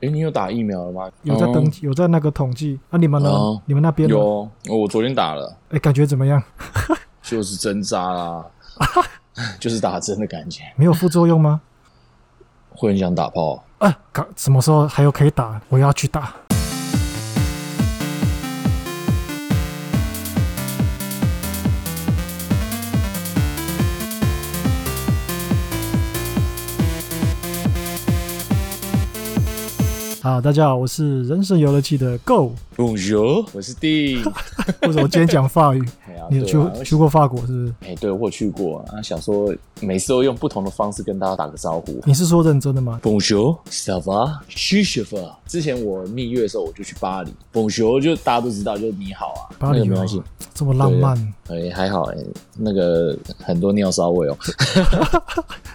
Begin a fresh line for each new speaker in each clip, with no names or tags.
哎，你有打疫苗了吗？
有在登记，有在那个统计。啊，你们呢？
哦
你们那边呢？
有，哦我昨天打了，
哎，感觉怎么样？
就是针扎 啦，就是打针的感觉，
没有副作用吗？
会很想打炮。
啊，搞什么时候还有可以打？我要去打。好，大家好，我是人生游乐器的 Go。
Bonjour，我是 D。
为什么我今天讲法语？
哎呀
你有去、
对啊我
去过法国是不是？
哎、对我有去过啊，想说每次都用不同的方式跟大家打个招呼。
你是说认真的吗？
Bonjour，ça va？Je s h a 之前我蜜月的时候我就去巴黎，Bonjour 就大家都知道，就是你好啊，
巴黎
那个没
哦
关系。
这么浪漫？
哎、还好哎、那个很多尿骚味哦。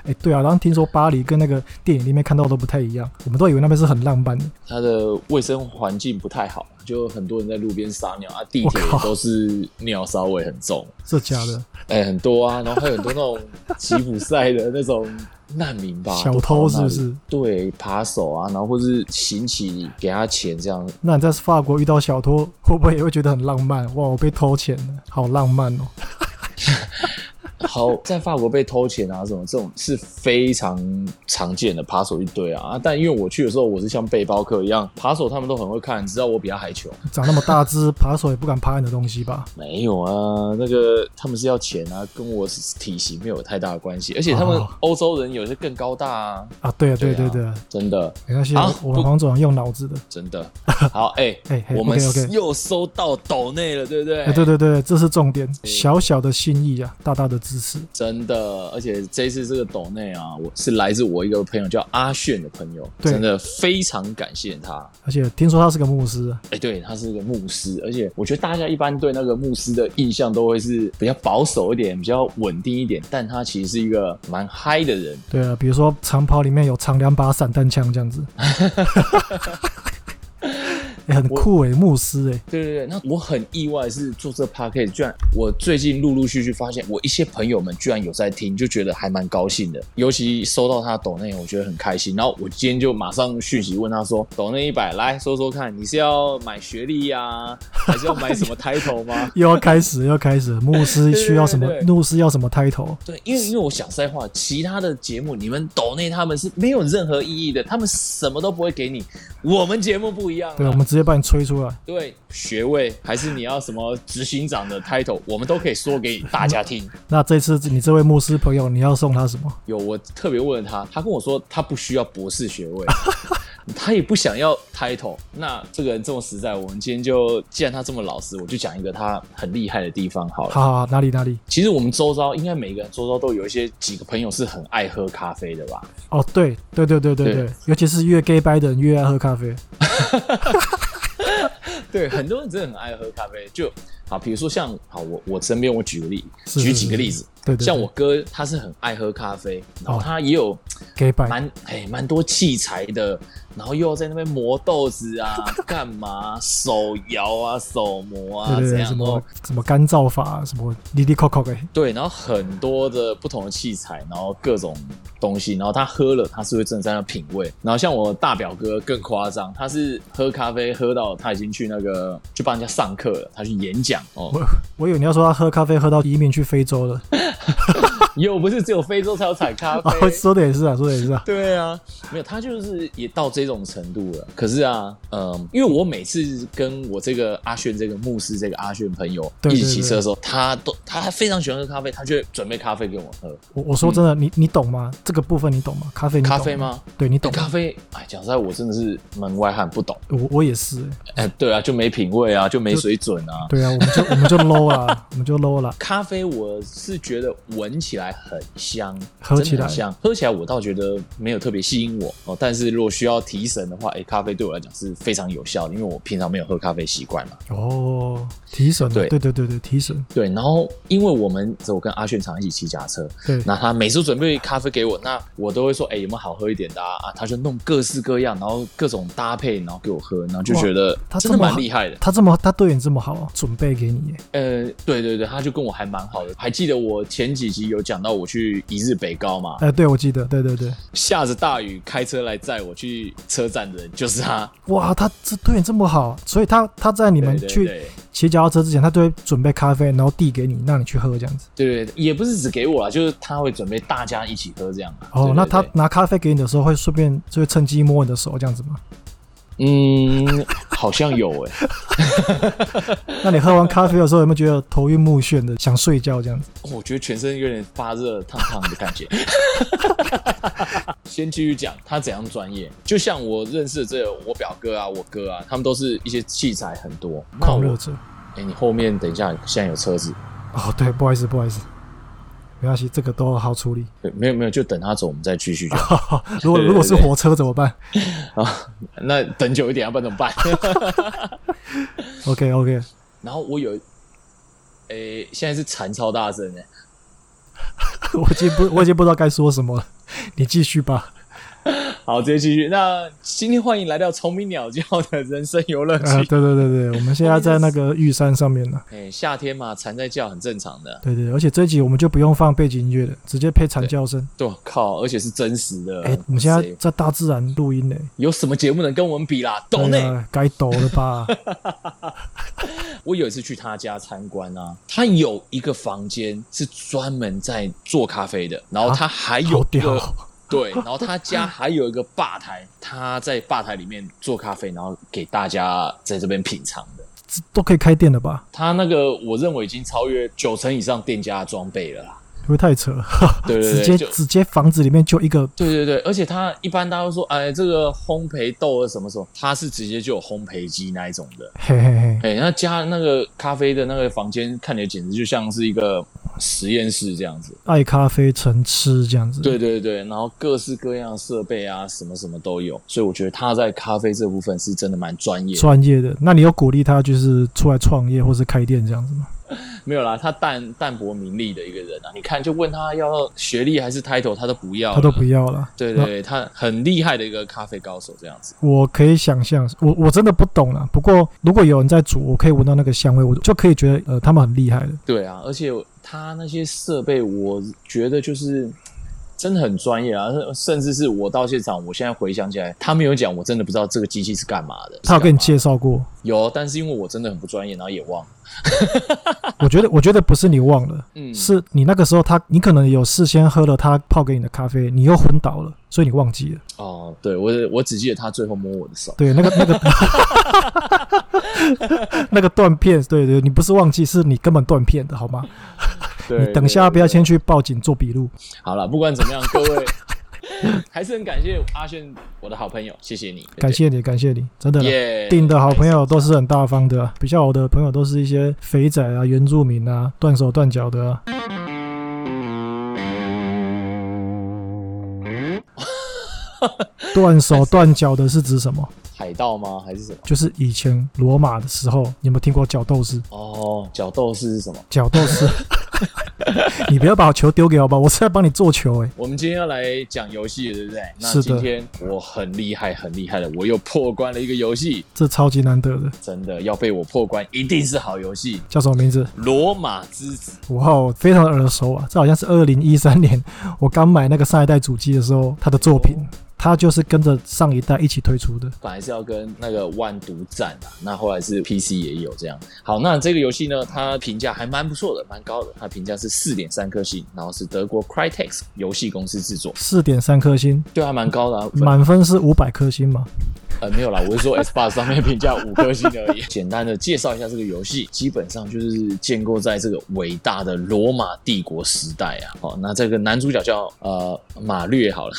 哎、对啊，然后听说巴黎跟那个电影里面看到的都不太一样，我们都以为那边是很浪漫的。
它的卫生环境不太好，就很多人在路边撒尿啊，地
我
铁
靠
都是尿骚味很重，
这假的，
哎、很多啊，然后还有很多那种吉普赛的那种难民吧，
小
都跑
偷
到那
是不
里
是？
对，扒手啊，然后或是行乞给他钱这样，
那你在法国遇到小偷，会不会也会觉得很浪漫？哇，我被偷钱了，好浪漫哦！
好， 在法国被偷钱啊什么这种是非常常见的，扒手一堆啊，啊但因为我去的时候我是像背包客一样，扒手他们都很会看，知道我比他还穷。
长那么大只，扒手也不敢扒你的东西吧？
没有啊，那个他们是要钱啊，跟我体型没有太大的关系，而且他们
哦
欧洲人有些更高大啊，
啊，对啊，对
对
对
啊
对，
真的
没关系，
啊
我我们黄总用脑子的。
真 的。好，哎、
哎哎
我们
OK，OK
又收到抖内了，对不对？
哎，对对对，这是重点，小小的心意啊，大大的支持。
真的，而且这一次这个抖内啊，我是来自我一个朋友叫阿炫的朋友，
对
真的非常感谢他。
而且听说他是个牧师啊，
哎、对他是一个牧师，而且我觉得大家一般对那个牧师的印象都会是比较保守一点，比较稳定一点，但他其实是一个蛮嗨的人。
对啊，比如说长袍里面有藏两把散弹枪 这样子，哎，很酷哎，牧师哎，
对对对，那我很意外是做这 p a c k a g e 居然我最近陆陆续续发现，我一些朋友们居然有在听，就觉得还蛮高兴的。尤其收到他的抖内，我觉得很开心。然后我今天就马上讯息问他说：“抖内一百，来说说看，你是要买学历呀、还是要买什么 title 吗
又要开始，又要 开始，牧师需要什么
对对？对
牧师要什么 title？？”
对，因为因为我想实在话，其他的节目你们抖内他们是没有任何意义的，他们什么都不会给你。我们节目不一样、啊，
对，我们直接把你吹出来。
对学位还是你要什么执行长的 title，我们都可以说给大家听。
那这次你这位牧师朋友，你要送他什么？
有我特别问了他，他跟我说他不需要博士学位， 他也不想要 title。那这个人这么实在，我们今天就既然他这么老实，我就讲一个他很厉害的地方好了。
好好，好哪里哪里？
其实我们周遭应该每个人周遭都有一些几个朋友是很爱喝咖啡的 吧？
哦，对对对对对
对
对，尤其是越 gay 掰的人越爱喝咖啡。
对，很多人真的很爱喝咖啡。就好，比如说像好，我我身边我举个例，
是
举
是
几个
是
例子。
对对对
像我哥他是很爱喝咖啡，然后
哦
他也有
gay 掰，
蛮哎蛮多器材的，然后又要在那边磨豆子 啊，干嘛手摇啊、手磨啊
对对
这
对，
样
什
哦
么。什么干燥法啊，什么滴滴扣扣的。
对，然后很多的不同的器材，然后各种东西，然后他喝了，他是会正在那品味。然后像我大表哥更夸张，他是喝咖啡喝到他已经去那个去帮人家上课了，他去演讲哦，
我我以为你要说他喝咖啡喝到移民去非 洲了，
又不是只有非洲才有产咖啡，
哦，说的也是啊，说的也是啊。
对啊，没有，他就是也到这种程度了。可是啊，嗯，因为我每次跟我这个阿炫这个牧师这个阿炫朋友
对
一
对
起骑车的时候，他都他还非常喜欢喝咖啡，他就会准备咖啡给我喝。
我我说真的，你你懂吗？这个部分你懂吗？咖啡你懂
嗯咖啡吗？
对你懂
但咖啡，哎，讲实在，我真的是门外汉，不懂。
我我也是、欸
哎，对啊，就没品味啊，就没水准啊。
对啊，我们就 我们就 low 啦，我们就 low 啦。
咖啡我是觉得闻起来很香，
喝起来
真的很香，喝起来我倒觉得没有特别吸引我哦。但是如果需要提神的话，哎，咖啡对我来讲是非常有效的，因为我平常没有喝咖啡习惯嘛。
哦，提神啊，
对
对对对对，提神，
对，然后因为我们我跟阿炫常一起骑脚踏车，
对，
那他每次准备咖啡给我，那我都会说，哎、有没有好喝一点的啊？啊他就弄各式各样，然后各种搭配，然后给我喝，然后就觉得
他
真的
这么
蛮厉害的。
他这么他对你这么好，准备给你耶、
呃，对对对，他就跟我还蛮好的。还记得我前几集有讲讲到我去一日北高嘛，
哎，对，我记得，对对对，
下着大雨开车来载我去车站的人就是他。
哇，他这对你这么好，啊所以他他在你
对
们
对
去
对
骑脚踏车之前，他就会准备咖啡，然后递给你，让你去喝这样子。
对对，也不是只给我啦，就是他会准备大家一起喝这样啊。
哦
对，
那
对
他
对
拿咖啡给你的时候，会顺便就会趁机摸你的手这样子吗？
嗯，好像有欸诶、
那你喝完咖啡的时候，有没有觉得头晕目眩的，想睡觉这 样子？
我觉得全身有点发热、烫烫的感觉。 先继续讲他怎样专业，就像我认识的这个我表哥啊、我哥啊，他们都是一些器材很多。那
狂
我
热者。
哎、你后面等一下，现在有车子，
哦，对，不好意思，不好意思，没关系，这个都好处理。
对没有没有，就等他走，我们再继续就 好。
如果
对对
如果是
对
火车怎么办
那等久一点，要不然怎么办？
？OK OK，
然后我有，哎、现在是蝉超大声哎、
我已经不我已经不知道该说什么了， 你继续吧。
好，直接继续。那今天欢迎来到虫鸣鸟叫的人生游乐
啊，对
区。
对对对，我们现在在那个玉山上面呢。
哎、夏天嘛，蝉在叫很正常的。
对对，对而且这一集我们就不用放背景音乐了，直接配惨叫声。
对，靠，而且是真实的。
哎，我们现在
谁
在大自然录音呢，
有什么节目能跟我们比啦？懂内、
对啊，该抖了吧？
我有一次去他家参观啊，他有一个房间是专门在做咖啡的，然后他还 有
啊好
一个、
屌哦，
对，然后他家还有一个吧台，他在吧台里面做咖啡，然后给大家在这边品尝的。
这都可以开店了吧？
他那个我认为已经超越九成以上店家的装备了啦。
会不会太扯了？
对对
直
对，
接
就
直接房子里面就一个
对对对，而且他一般大家都说，哎，这个烘焙豆啊什么什么，他是直接就有烘焙机那一种的。
嘿嘿嘿，
哎、那加那个咖啡的那个房间，看起来简直就像是一个实验室这样子。
爱咖啡成痴这样子。
对对对，然后各式各样的设备啊，什么什么都有，所以我觉得他在咖啡这部分是真的蛮专业的。
专业的，那你有鼓励他就是出来创业或是开店这样子吗？
没有啦，他淡淡泊名利的一个人啊，你看就问他要学历还是 title，他都不要，
他都不。要了。
对对对，他很厉害的一个咖啡高手这样子。
我可以想象，我我真的不懂了。不过如果有人在煮，我可以闻到那个香味，我就可以觉得呃他们很厉害的。
对啊，而且他那些设备，我觉得就是真的很专业啊，甚至是我到现场，我现在回想起来，他没有讲，我真的不知道这个机器是干嘛的。
他有跟你
是干嘛啊
介绍 过，
有，但是因为我真的很不专业，然后也忘了。
我觉得我觉得不是你忘了，
嗯，
是你那个时候他你可能有事先喝了他泡给你的咖啡，你又昏倒了，所以你忘记了。
哦，对我我只记得他最后摸我的手。
对，那个那 个那个断片，对对，你不是忘记，是你根本断片的好吗？
对，
你等一下
对
不要。
对
先去报警做笔录。
好了，不管怎么样，各位 还是很感谢阿炫，我的好朋友，谢谢你，
感谢你，感谢你，真的啦。
耶，
订的好朋友都是很大方的啊，比较我的朋友都是一些肥仔啊、原住民啊、断手断脚的、啊。断手断脚的是指什么？
海盗吗？还是什么？
就是以前罗马的时候，你有没有听过角斗士？
哦，角斗士是什么？
角斗士，你不要把球丢给我吧，我是在帮你做球哎、
我们今天要来讲游戏了，对不对？
是
那
的
今天我很厉害，很厉害的，我又破关了一个游戏，
这超级难得的，
真的要被我破关，一定是好游戏，《
叫什么名字？
罗马之子》。
哇，哦，非常耳熟啊！这好像是二零一三 年我刚买那个上一代主机的时候，他的作品
哦，
他就是跟着上一代一起推出的。
本来是要跟那个万毒战啊，那后来是 PC 也有这样。好，那这个游戏呢，它评价还蛮不错的，蛮高的，它评价是四点三颗星，然后是德国 Crytek 游戏公司制作，
四点三颗星，
对，还蛮高的、啊。
满分是五百颗星嘛？
呃，没有啦，我是说 Xbox 上面评价五颗星而已。简单的介绍一下这个游戏，基本上就是建构在这个伟大的罗马帝国时代啊。好、那这个男主角叫呃马略 好了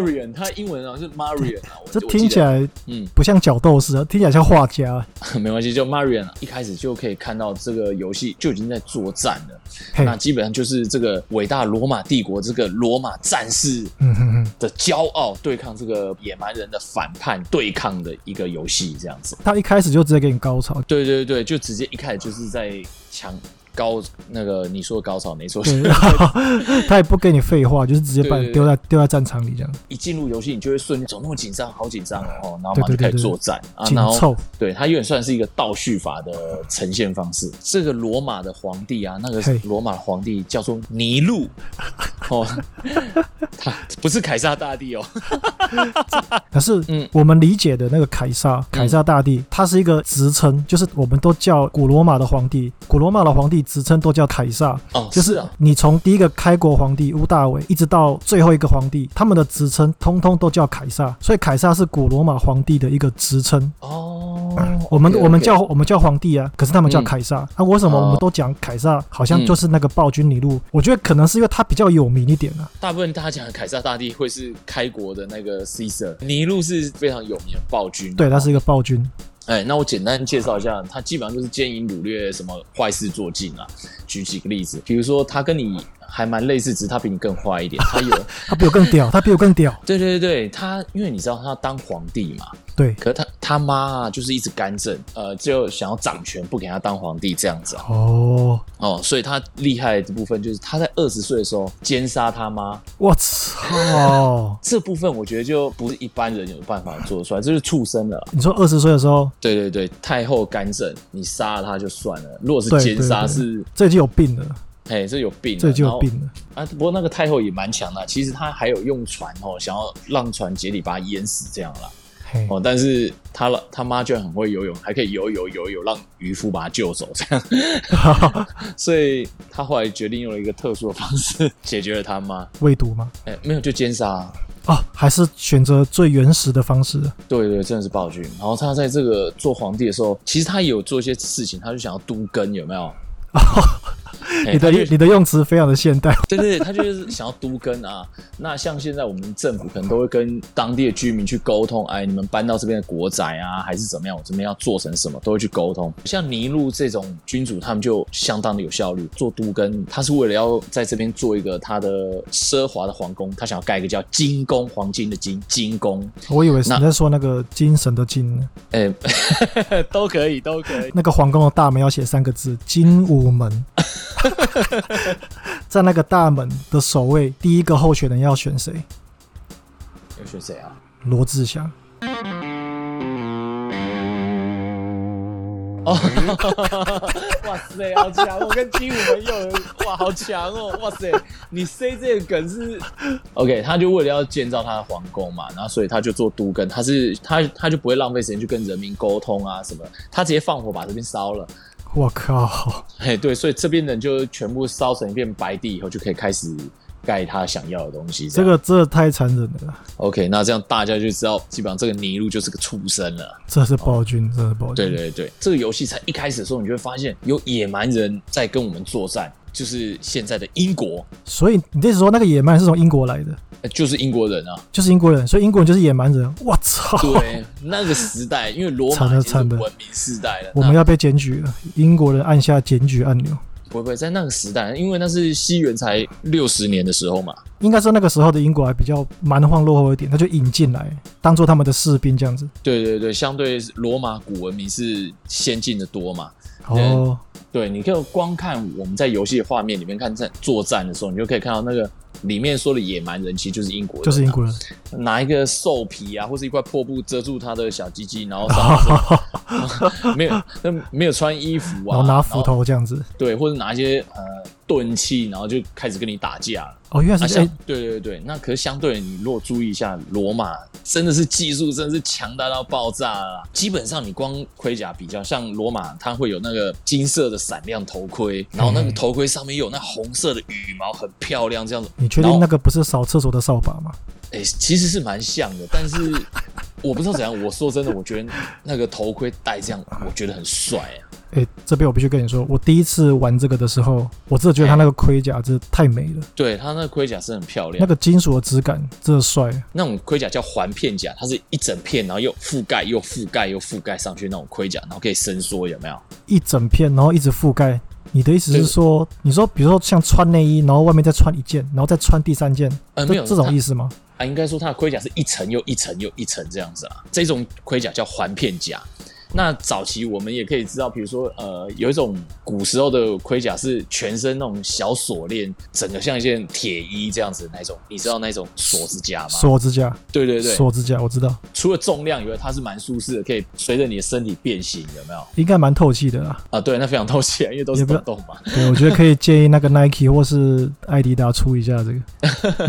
，Marion，他英文好像是 Marion 啊，我我
这
记
听起
得
来
嗯
不像角斗士啊，听起来像画家。
没关系，就 Marion 啊，一开始就可以看到这个游戏就已经在作战了。
嘿，
那基本上就是这个伟大罗马帝国这个罗马战士
嗯哼哼，
的骄傲对抗这个野蛮人的反叛对抗的一个游戏，这样子。
他一开始就直接给你高潮，
对对对，就直接一开始就是在强高那个你说的高潮没错，
对， 他也不跟你废话，就是直接把你
对对对
丢在丢在战场里这样，
一进入游戏你就会瞬间怎么那么紧张，好紧张哦，哦然后
对
马上就
对
开
对
始
对
作战啊，
紧
然后
凑，
对，它有点算是一个倒叙法的呈现方式。这个罗马的皇帝啊，那个
嘿
罗马皇帝叫做尼 禄，哦，他不是凯撒大 帝哦，
可是，
嗯
我们理解的那个凯撒，凯撒大帝，他是一个职称，就是我们都叫古罗马的皇帝，古罗马的皇帝职称都叫凯撒，
哦，
就是是
啊，
你从第一个开国皇帝屋大维一直到最后一个皇帝，他们的职称通通都叫凯撒，所以凯撒是古罗马皇帝的一个职称。
哦，
我们
OK，OK
我们叫我们叫皇帝啊，可是他们叫
嗯
凯撒。那、为什么
哦
我们都讲凯撒？好像
嗯
就是那个暴君尼禄。我觉得可能是因为他比较有名一点啊。
大部分大家讲的凯撒大帝会是开国的那个 Caesar，尼禄是非常有名的暴君，啊
对，他是一个暴君。
哎，那我简单介绍一下，他基本上就是奸淫掳掠，什么坏事做尽啊。举几个例子，比如说他跟你还蛮类似，只是他比你更坏一点。 他有，
他比我更屌，他比我更屌。
对对对对，他因为你知道他当皇帝嘛，
对，
可是他他妈啊就是一直干政，呃，就想要掌权，不给他当皇帝这样子啊。
哦，
哦，所以他厉害的部分就是他在二十岁的时候奸杀他妈，
我操！
这部分我觉得就不是一般人有办法做得出来，这就是畜生了啊。
你说二十岁的时候，
对对对，太后干政，你杀了他就算了，如果是
对对
奸杀
对
是。
这就有病了，
哎，这有病啊，
这就
然
有
后
病了。
啊！不过那个太后也蛮强的，啊其实她还有用船哦，想要让船竭力把她淹死这样啦。
嘿，
哦，但是她了她妈居然很会游泳，还可以游游游游，让渔夫把她救走这 样。所以她后来决定用了一个特殊的方式 解决了她妈。
未读吗？
哎，没有就奸杀啊、
哦，还是选择最原始的方式。
对对，真的是暴君。然后她在这个做皇帝的时候，其实她也有做一些事情，她就想要都根，有没有？哎
哦 你的
她就
你的用词非常的现 代。
对对，对他就是想要都跟啊。 那像现在我们政府可能都会跟当地的居民去沟通，哎，你们搬到这边的国宅啊，还是怎么样？我这边要做成什么，都会去沟通。像尼禄这种君主，他们就相当的有效率，做都跟，他是为了要在这边做一个他的奢华的皇宫，他想要盖一个叫金宫，黄金的金金宫，
我以为是
那
你在说那个精神的精呢，
哎， 都可以，都可以。
那个皇宫的大门要写三个 字“精武门”。在那个大门的首位，第一个候选人要选谁？
要选谁啊？
罗志祥。
哦，哇塞，好强！我跟金武门有人， 哇，好强哦！哇塞，你 C 这个梗是 OK，他就为了要建造他的皇宫嘛，然后所以他就做都跟，他是他他就不会浪费时间去跟人民沟通啊什么，他直接放火把这边烧了。
我靠！
嘿，对，所以这边人就全部烧成一片白地，以后就可以开始盖他想要的东西这
这
样。
个这太残忍了，
OK，那这样大家就知道，基本上这个尼禄就是个畜生了。
这是暴君，这是暴君。
哦对对对，这个游戏才一开始的时候，你就会发现有野蛮人在跟我们作战，就是现在的英国，
所以你这时候那个野蛮是从英国来的，
呃就是英国 人啊。
就是英国人，所以英国人就是野蛮人。我操！
对，那个时代，因为罗马
惨了
已经
惨
是
了
文明时代了，
我们
那
要被检举了，英国人按下检举按钮。
不会不会在那个时代，因为那是西元才六十年的时候嘛。
应该说那个时候的英国还比较蛮荒落后一点，他就引进来当做他们的士兵这样子。
对对对，相对罗马古文明是先进的多嘛。
哦，
对，你可以光看我们在游戏的画面里面看战作战的时候，你就可以看到那个里面说的野蛮人其实就是英国人、啊，
就是英国人。
拿一个兽皮啊，或是一块破布遮住他的小鸡鸡，然后上身 没有，那没有穿衣服啊，
然后拿斧，头这样子。
对，或者拿一些呃钝器，然后就开始跟你打架了。
哦，原来
啊，
是哎、
像对对对，那可是相对你如果注意一下，罗马真的是技术真的是强大到爆炸了啦。基本上你光盔甲比较，像罗马它会有那个金色的闪亮头盔，然后那个头盔上面又有那红色的羽毛，很漂亮这样子。
你确
然
定
后
那个不是扫厕所的扫把吗？
哎、其实是蛮像的，但是我不知道怎样。我说真的，我觉得那个头盔戴这样，我觉得很帅啊。
哎、这边我必须跟你说，我第一次玩这个的时候，我真的觉得他那个盔甲真的太美了，
对，它那个盔甲是很漂亮，
那
那
个金属的质感真的帅。
种盔甲叫环片甲，它是一整片，然后又覆盖又覆盖又覆盖上去那种盔甲，然后可以伸缩，有没有？
一整片，然后一直覆盖。你的意思是
对
说，你说比如说像穿内衣，然后外面再穿一件，然后再穿第三件，
呃，没有
这这种意
思
思吗？
啊，应该说它的盔甲是一层又一层又一层这样子啊。这种盔甲叫环片甲，那早期我们也可以知道，比如说呃，有一种古时候的盔甲是全身那种小锁链，整个像一件铁衣这样子的那种，你知道那种锁子甲吗？
锁指甲，
对对对，
锁指甲，我知道，
除了重量以外，它是蛮舒适的，可以随着你的身体变形，有没有？
应该蛮透气的 啦。
啊，对，那非常透气啊，因为都是
也不
洞洞嘛。
对，我觉得可以建议那个 Nike 或是艾迪达出一下这 个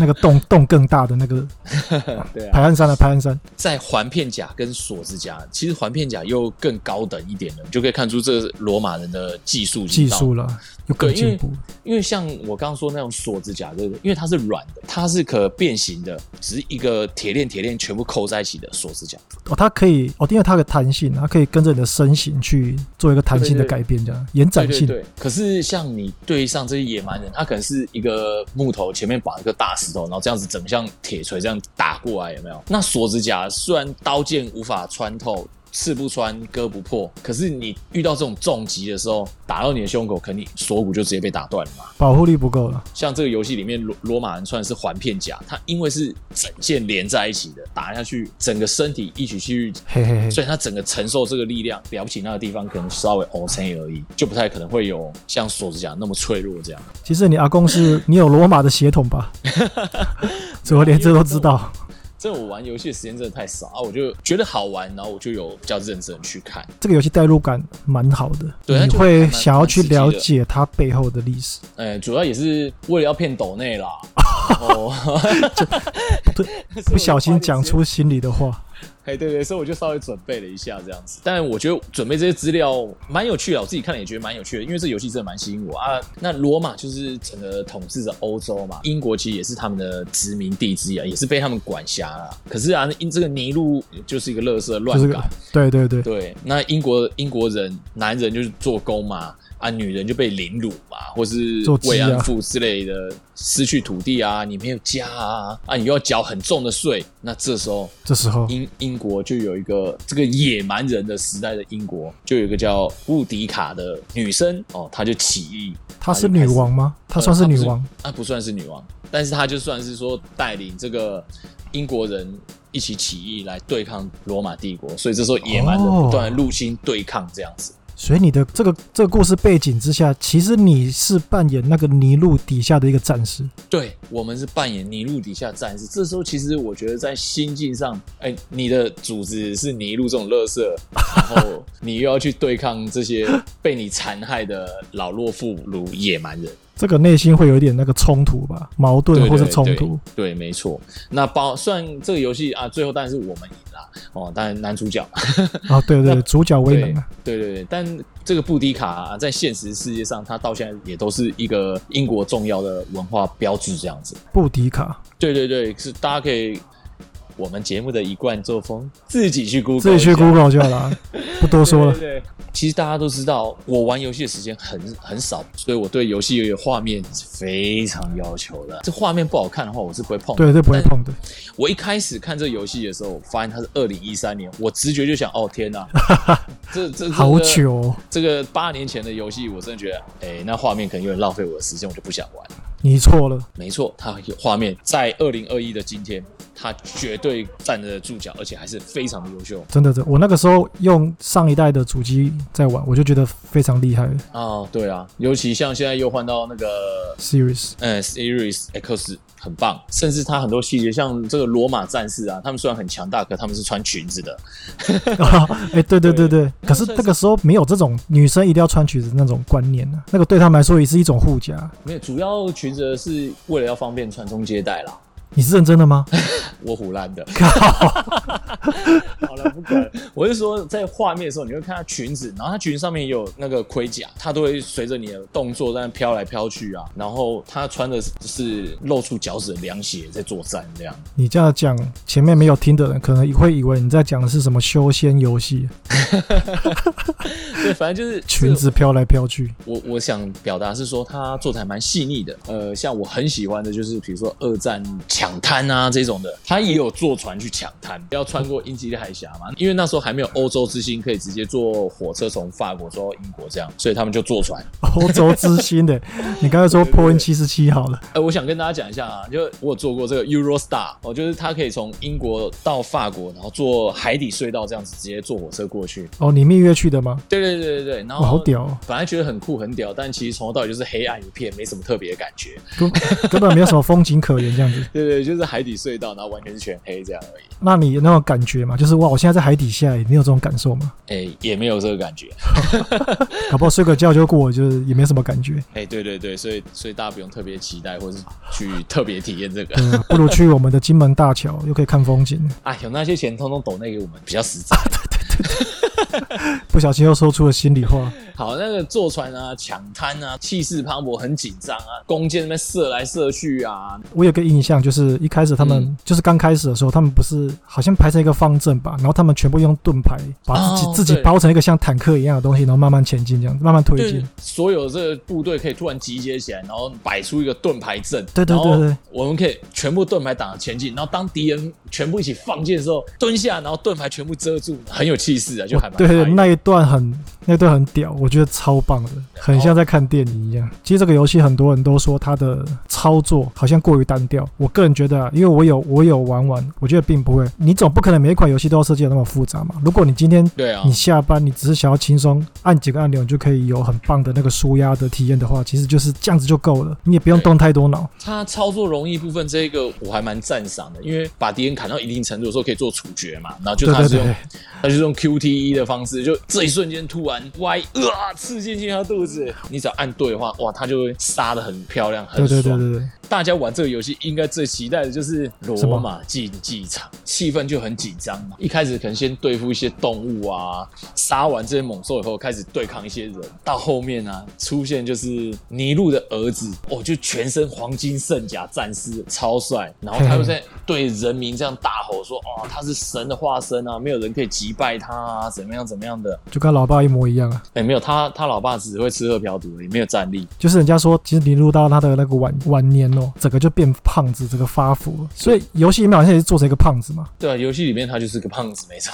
那个洞洞更大的那个
对啊，
排汗衫啊，排汗衫。
在环片甲跟锁子甲，其实环片甲又更高等一点了，你就可以看出这罗马人的技术已经
技
到
术了，又更
对因为
进步。
因为像我刚刚说那种锁指甲，对不对？因为它是软的，它是可变形的，只是一个铁链铁链全部扣在一起的锁指甲。
哦，它可以哦，因为它有弹性，它可以跟着你的身形去做一个弹性的
对对
改变，这样延展性。
对对对。可是像你对上这些野蛮人，他可能是一个木头前面绑一个大石头，然后这样子整个像铁锤这样打过来，有没有？那锁指甲虽然刀剑无法穿透。刺不穿，割不破。可是你遇到这种重击的时候，打到你的胸口，肯定锁骨就直接被打断了嘛。
保护力不够了。
像这个游戏里面罗罗马人穿的是环片甲，它因为是整件连在一起的，打下去整个身体一起去，
嘿嘿嘿，
所以它整个承受这个力量，了不起那个地方可能稍微 O C 而已，就不太可能会有像锁子甲那么脆弱这样。
其实你阿 公是你有罗马的血统吧？怎么连这都知
啊
道？
这我玩游戏的时间真的太少啊，我就觉得好玩，然后我就有比较认真地去看。
这个游戏代入感蛮好的，
对它
你
就
会
还蛮
想要去了
蛮刺
解它背后的历史。
呃，主要也是为了要骗抖内啦。 哦，所
对，
以我
不小心
就
讲
花点时间
出心里的话。
哎，对对，所以我就稍微准备了一下这样子，但我觉得准备这些资料蛮有趣的，我自己看了也觉得蛮有趣的，因为这游戏真的蛮吸引我啊。那罗马就是整个统治着欧洲嘛，英国其实也是他们的殖民地之一啊，也是被他们管辖啦。可是啊，因这个尼禄就是一个乐色
就是
乱
个
搞，
对对对，
对，那英国英国人男人就是做工嘛，啊，女人就被凌辱嘛，或是
做鸡啊
慰安妇之类的，失去土地啊，你没有家啊，啊，你又要缴很重的税，那这时候
这时候
英英国就有一个这个野蛮人的时代的英国，就有一个叫布迪卡的女生哦，她就起义，
她是女王吗？她
她
算是女王，，
她不算是女王，但是她就算是说带领这个英国人一起起义来对抗罗马帝国，所以这时候野蛮人
哦
不断地入侵对抗这样子。
所以你的这个这个故事背景之下，其实你是扮演那个尼禄底下的一个战士。
对我们是扮演尼禄底下战士，这时候其实我觉得在心境上，哎，你的主子是尼禄这种乐色，然后你又要去对抗这些被你残害的老弱妇孺、野蛮人，
这个内心会有一点那个冲突吧，矛盾
对
或是冲突。
对，没错。那包虽然这个游戏啊，最后当然是我们赢啦，哦，当然男主角嘛，
啊，对 对对，主角威能啊，
对对对，但这个布迪卡、啊、在现实世界上，它到现在也都是一个英国重要的文化标志这样子。
布迪卡
对对对，是大家可以我们节目的一贯作风，自己去 Google，
自己去
一下
Google 就好了啊，不多说了
对。对对其实大家都知道，我玩游戏的时间很很少，所以我对游戏的画面是非常要求的。这画面不好看的话，我是不会碰。
对，这不会。碰的。
我一开始看这游戏的时候，我发现它是二零一三年，我直觉就想，哦天 哪，这这
好。
这个
久哦、
这个八年前的游戏，我真的觉得，哎，那画面可能有点浪费我的时间，我就不想玩。
你错了，
没错，它有画面在二零二一的今天，它绝对站得住脚，而且还是非常的优秀
真的，真的我那个时候用上一代的主机在玩，我就觉得非常厉害。
啊、哦对啊，尤其像现在又换到那个
Series
呃 Series X，很棒，甚至它很多细节，像这个罗马战士啊，他们虽然很强大，可他们是穿裙子的，
啊， 哎、对对
对
对对，可是
那算
那个时候没有这种女生一定要穿裙子那种观念呢、啊，那个对他们来说也是一种护甲。
没有主要裙子是为了要方便传宗接代啦。
你是认真的吗？
我胡乱的，好了，不管。 我是说，在画面的时候，你会看她裙子，然后她裙子上面也有那个盔甲，它都会随着你的动作在那飘来飘去啊。然后她穿的是露出脚趾的凉鞋在作战，这样。
你这样讲，前面没有听的人可能会以为你在讲的是什么修仙游戏，
对，反正就是
裙子飘来飘去。
我我想表达是说，他做的还蛮细腻的。呃，像我很喜欢的就是，比如说二战抢滩啊这种的，他也有坐船去抢滩，要穿过英吉利海峡嘛。因为那时候还没有欧洲之星可以直接坐火车从法国坐到英国这样，所以他们就坐船。
欧洲之星的，你刚才说波音七十七好了，
呃，我想跟大家讲一下啊，就我有做过这个 Eurostar 哦，就是它可以从英国到法国，然后坐海底隧道这样子直接坐火车过去。
哦，你蜜月去的吗？
对对对对对，然后
哇，好屌、哦，
本来觉得很酷很屌，但其实从头到尾就是黑暗一片，没什么特别的感觉。
根根本没有什么风景可言这样子。
对对，就是海底隧道，然后完全是全黑这样而已。
那你有那种感觉嘛？就是哇，我现在在海底下耶，你有这种感受 吗？
哎、也没有这个感觉。
搞不好睡个觉就过，就是也没什么 感觉。
哎、对对对，所以所以大家不用特别期待，或是去特别体验这个。
嗯，不如去我们的金门大桥，又可以看风景。
哎，有那些钱通通抖那给我们比较实在。
不小心又说出了心里话。
好，那个坐船啊、抢滩啊，气势磅礴，很紧张啊，弓箭那边射来射去啊，
我有个印象，就是一开始他们、
嗯
就是刚开始的时候，他们不是好像排成一个方阵吧，然后他们全部用盾牌把自己、
哦
自己
对
包成一个像坦克一样的东西，然后慢慢前进，这样慢慢推
对
进。，
所有这个部队可以突然集结起来，然后摆出一个盾牌阵，
对对对对
然后我们可以全部盾牌挡着前进，然后当敌人全部一起放箭的时候，蹲下，然后盾牌全部遮住，很有气势啊，就还蛮
对
嗨
对，
的
那一段很那一段很屌，我觉得超棒的，很
哦
像在看电影一样。其实这个游戏很多人都说它的操作好像过于单调，我个人觉得啊，因为我有我有玩玩，我觉得并不会。你总不可能每一款游戏都要设计的那么复杂嘛。如果你今天
对啊
你，下班你只是想要轻松按几个按钮，你就可以有很棒的那个舒压的体验的话，其实就是这样子就够了，你也不用
对
动太多脑。
他操作容易部分这个我还蛮赞赏的，因为把敌人砍到一定程度的时候可以做处决嘛，然后就
对
他
对
是
对
用
对，
他就是用 QTE 的方式，就这一瞬间突然歪，啊、刺进去他肚子，你只要按对的话，哇，他就会杀的很漂亮，很
对对
爽。
对对对，
大家玩这个游戏应该最期待的就是
什
罗马竞技场，气氛就很紧张嘛。一开始可能先对付一些动物啊，杀完这些猛兽以后，开始对抗一些人。到后面啊，出现就是尼禄的儿子，哦，就全身黄金圣甲战士，超帅。然后他又在对人民这样大吼 说：“哦，他是神的化身啊，没有人可以击败他啊，怎么样怎么样的。
就跟老爸一模一样啊。”
哎，没有他，他老爸只会吃喝嫖赌而已，没有战力。
就是人家说，其实你入到他的那个晚晚年哦，整个就变胖子，整个发福了。所以游戏里面好像也是做成一个胖子嘛，
对啊，游戏里面他就是个胖子，没错。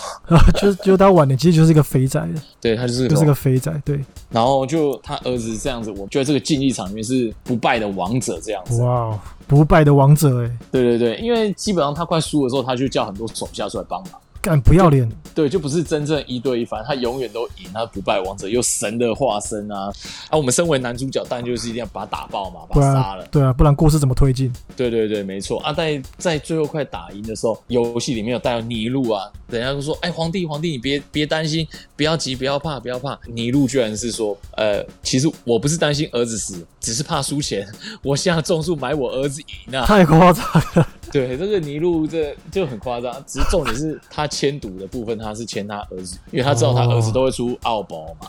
就是就是他晚年其实就是一个肥 宅，
对他就是
就是个肥宅。对，
然后就他儿子这样子，我觉得这个竞技场里面是不败的王者这样子。
哇哦，不败的王者哎，
对对对，因为基本上他快输的时候，他就叫很多手下出来帮忙。
干不要脸，
对，就不是真正一对一，反正他永远都赢，他不败王者，又神的化身啊！啊，我们身为男主角，当然就是一定要把他打爆嘛，把
不
他杀
然
了。
对啊，不然故事怎么推 进？
对对对，没错啊！在在最后快打赢的时候，游戏里面有带有尼禄啊，人家就说：“哎，皇帝，皇帝，你别别担心，不要急，不要怕，不要怕。”尼禄居然是说：“呃，其实我不是担心儿子死，只是怕输钱， 我下重注买我儿子赢啊。
太夸张了，”
对，这个尼禄这就很夸张，只是重点是他签赌的部分，他是签他儿子，因为他知道他儿子都会出奥宝嘛。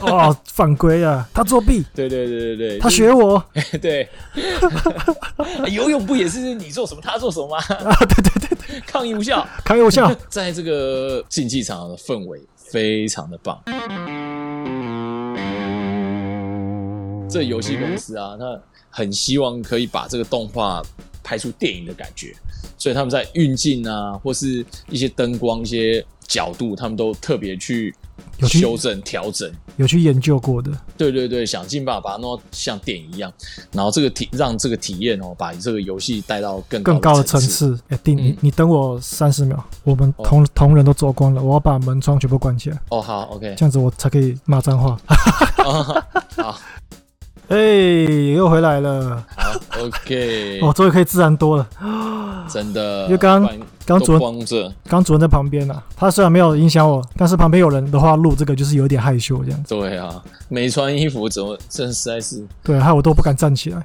哦，犯规啊，他作弊，
对对对对对，
他学我啊，
对， 啊游泳不也是你做什么他做什么吗？
对对对，
抗议无效。
开玩笑。
在这个竞技场的氛围非常的棒。这游戏公司啊，他很希望可以把这个动画拍出电影的感觉，所以他们在运镜啊，或是一些灯光、一些角度，他们都特别去
有去
修正、调整。
有去研究过的，
对对对，想尽办法把它弄到像电影一样，然后这个体让这个体验哦，把这个游戏带到更
更高
高
的
的
层
次。
次。哎、定你
嗯
你等我三十秒，我们同、同仁都走光了，我要把门窗全部关起来，
哦，好，OK，
这样子我才可以骂脏话。
哦好
哎、又回来了，
好，OK，
哦，终于可以自然多了。
真的，
因为刚刚
不然
刚
都
主任
光着，
刚主任在旁边呢、啊，他虽然没有影响我，但是旁边有人的话录这个就是有点害羞这样子，
对啊，没穿衣服怎么这实在是
对，害我都不敢站起来。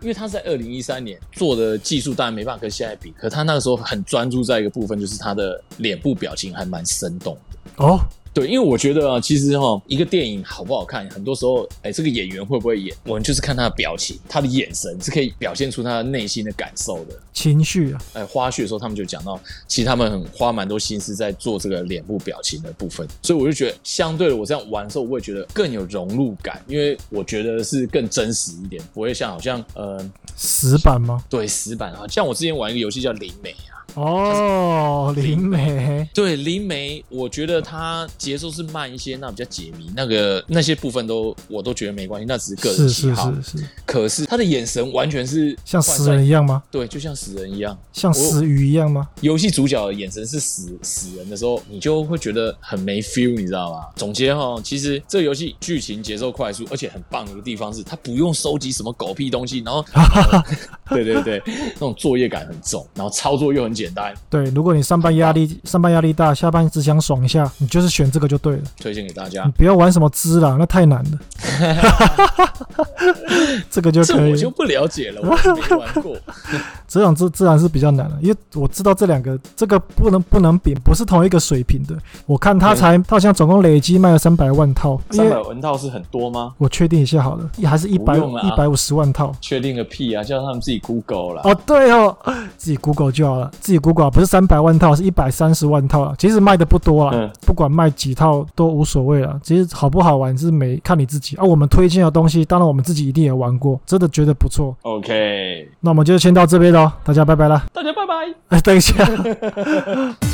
因为他是在二零一三年做的技术，当然没办法跟现在比，可他那个时候很专注在一个部分，就是他的脸部表情还蛮生动的。
哦，
对，因为我觉得啊，其实哈、一个电影好不好看，很多时候，哎，这个演员会不会演，我们就是看他的表情，他的眼神是可以表现出他的内心的感受的。
情绪啊，
哎，花絮的时候，他们就讲到，其实他们很花蛮多心思在做这个脸部表情的部分，所以我就觉得，相对的，我这样玩的时候，我会觉得更有融入感，因为我觉得是更真实一点，不会像好像，呃，
死板吗？
对死板啊，像我之前玩一个游戏叫《灵媒》啊。
哦，灵媒，
对灵媒，我觉得它节奏是慢一些，那比较解谜，那个那些部分都我都觉得没关系，那只是个人
是
喜
是
好。
是是，
可是他的眼神完全是
像
涣
死
散
人一样吗？
对，就像死人一样。
像死鱼一样吗？
游戏主角的眼神是死死人的时候，你就会觉得很没 feel，你知道吗？总结哈，其实这个游戏剧情节奏快速，而且很棒的一个地方是，它不用收集什么狗屁东西，然 后，呃对对对，那种作业感很重，然后操作又很简单，
对，如果你上班压
哦
力上班压力大，下班只想爽一下，你就是选这个就对了，
推荐给大家
你。不要玩什么只狼，那太 难了。这个就
这
可以
我。就不了解了，我是没玩 过。
这两自自然是比较难的，因为我知道这两个这个不能不能比，不是同一个水平的。我看他才，他好像总共累积卖了三百万套，因
三百
为
文套是很多吗？
我确定一下好了，还是一百
不用了
一
啊
百五十万套。
确定个屁啊！叫他们自己 Google 啦。
哦，对哦，自己 Google 就好了，自己 Google 啊不是三百万套，是一百三十万套了。其实卖的不多啦，
嗯
不管卖几套都无所谓了。其实好不好玩是每看你自己啊。我们推荐的东西，当然我们自己一定也玩过，真的觉得不错。
OK，
那我们就先到这边喽，大家拜拜啦。
大家拜拜。
哎，等一下。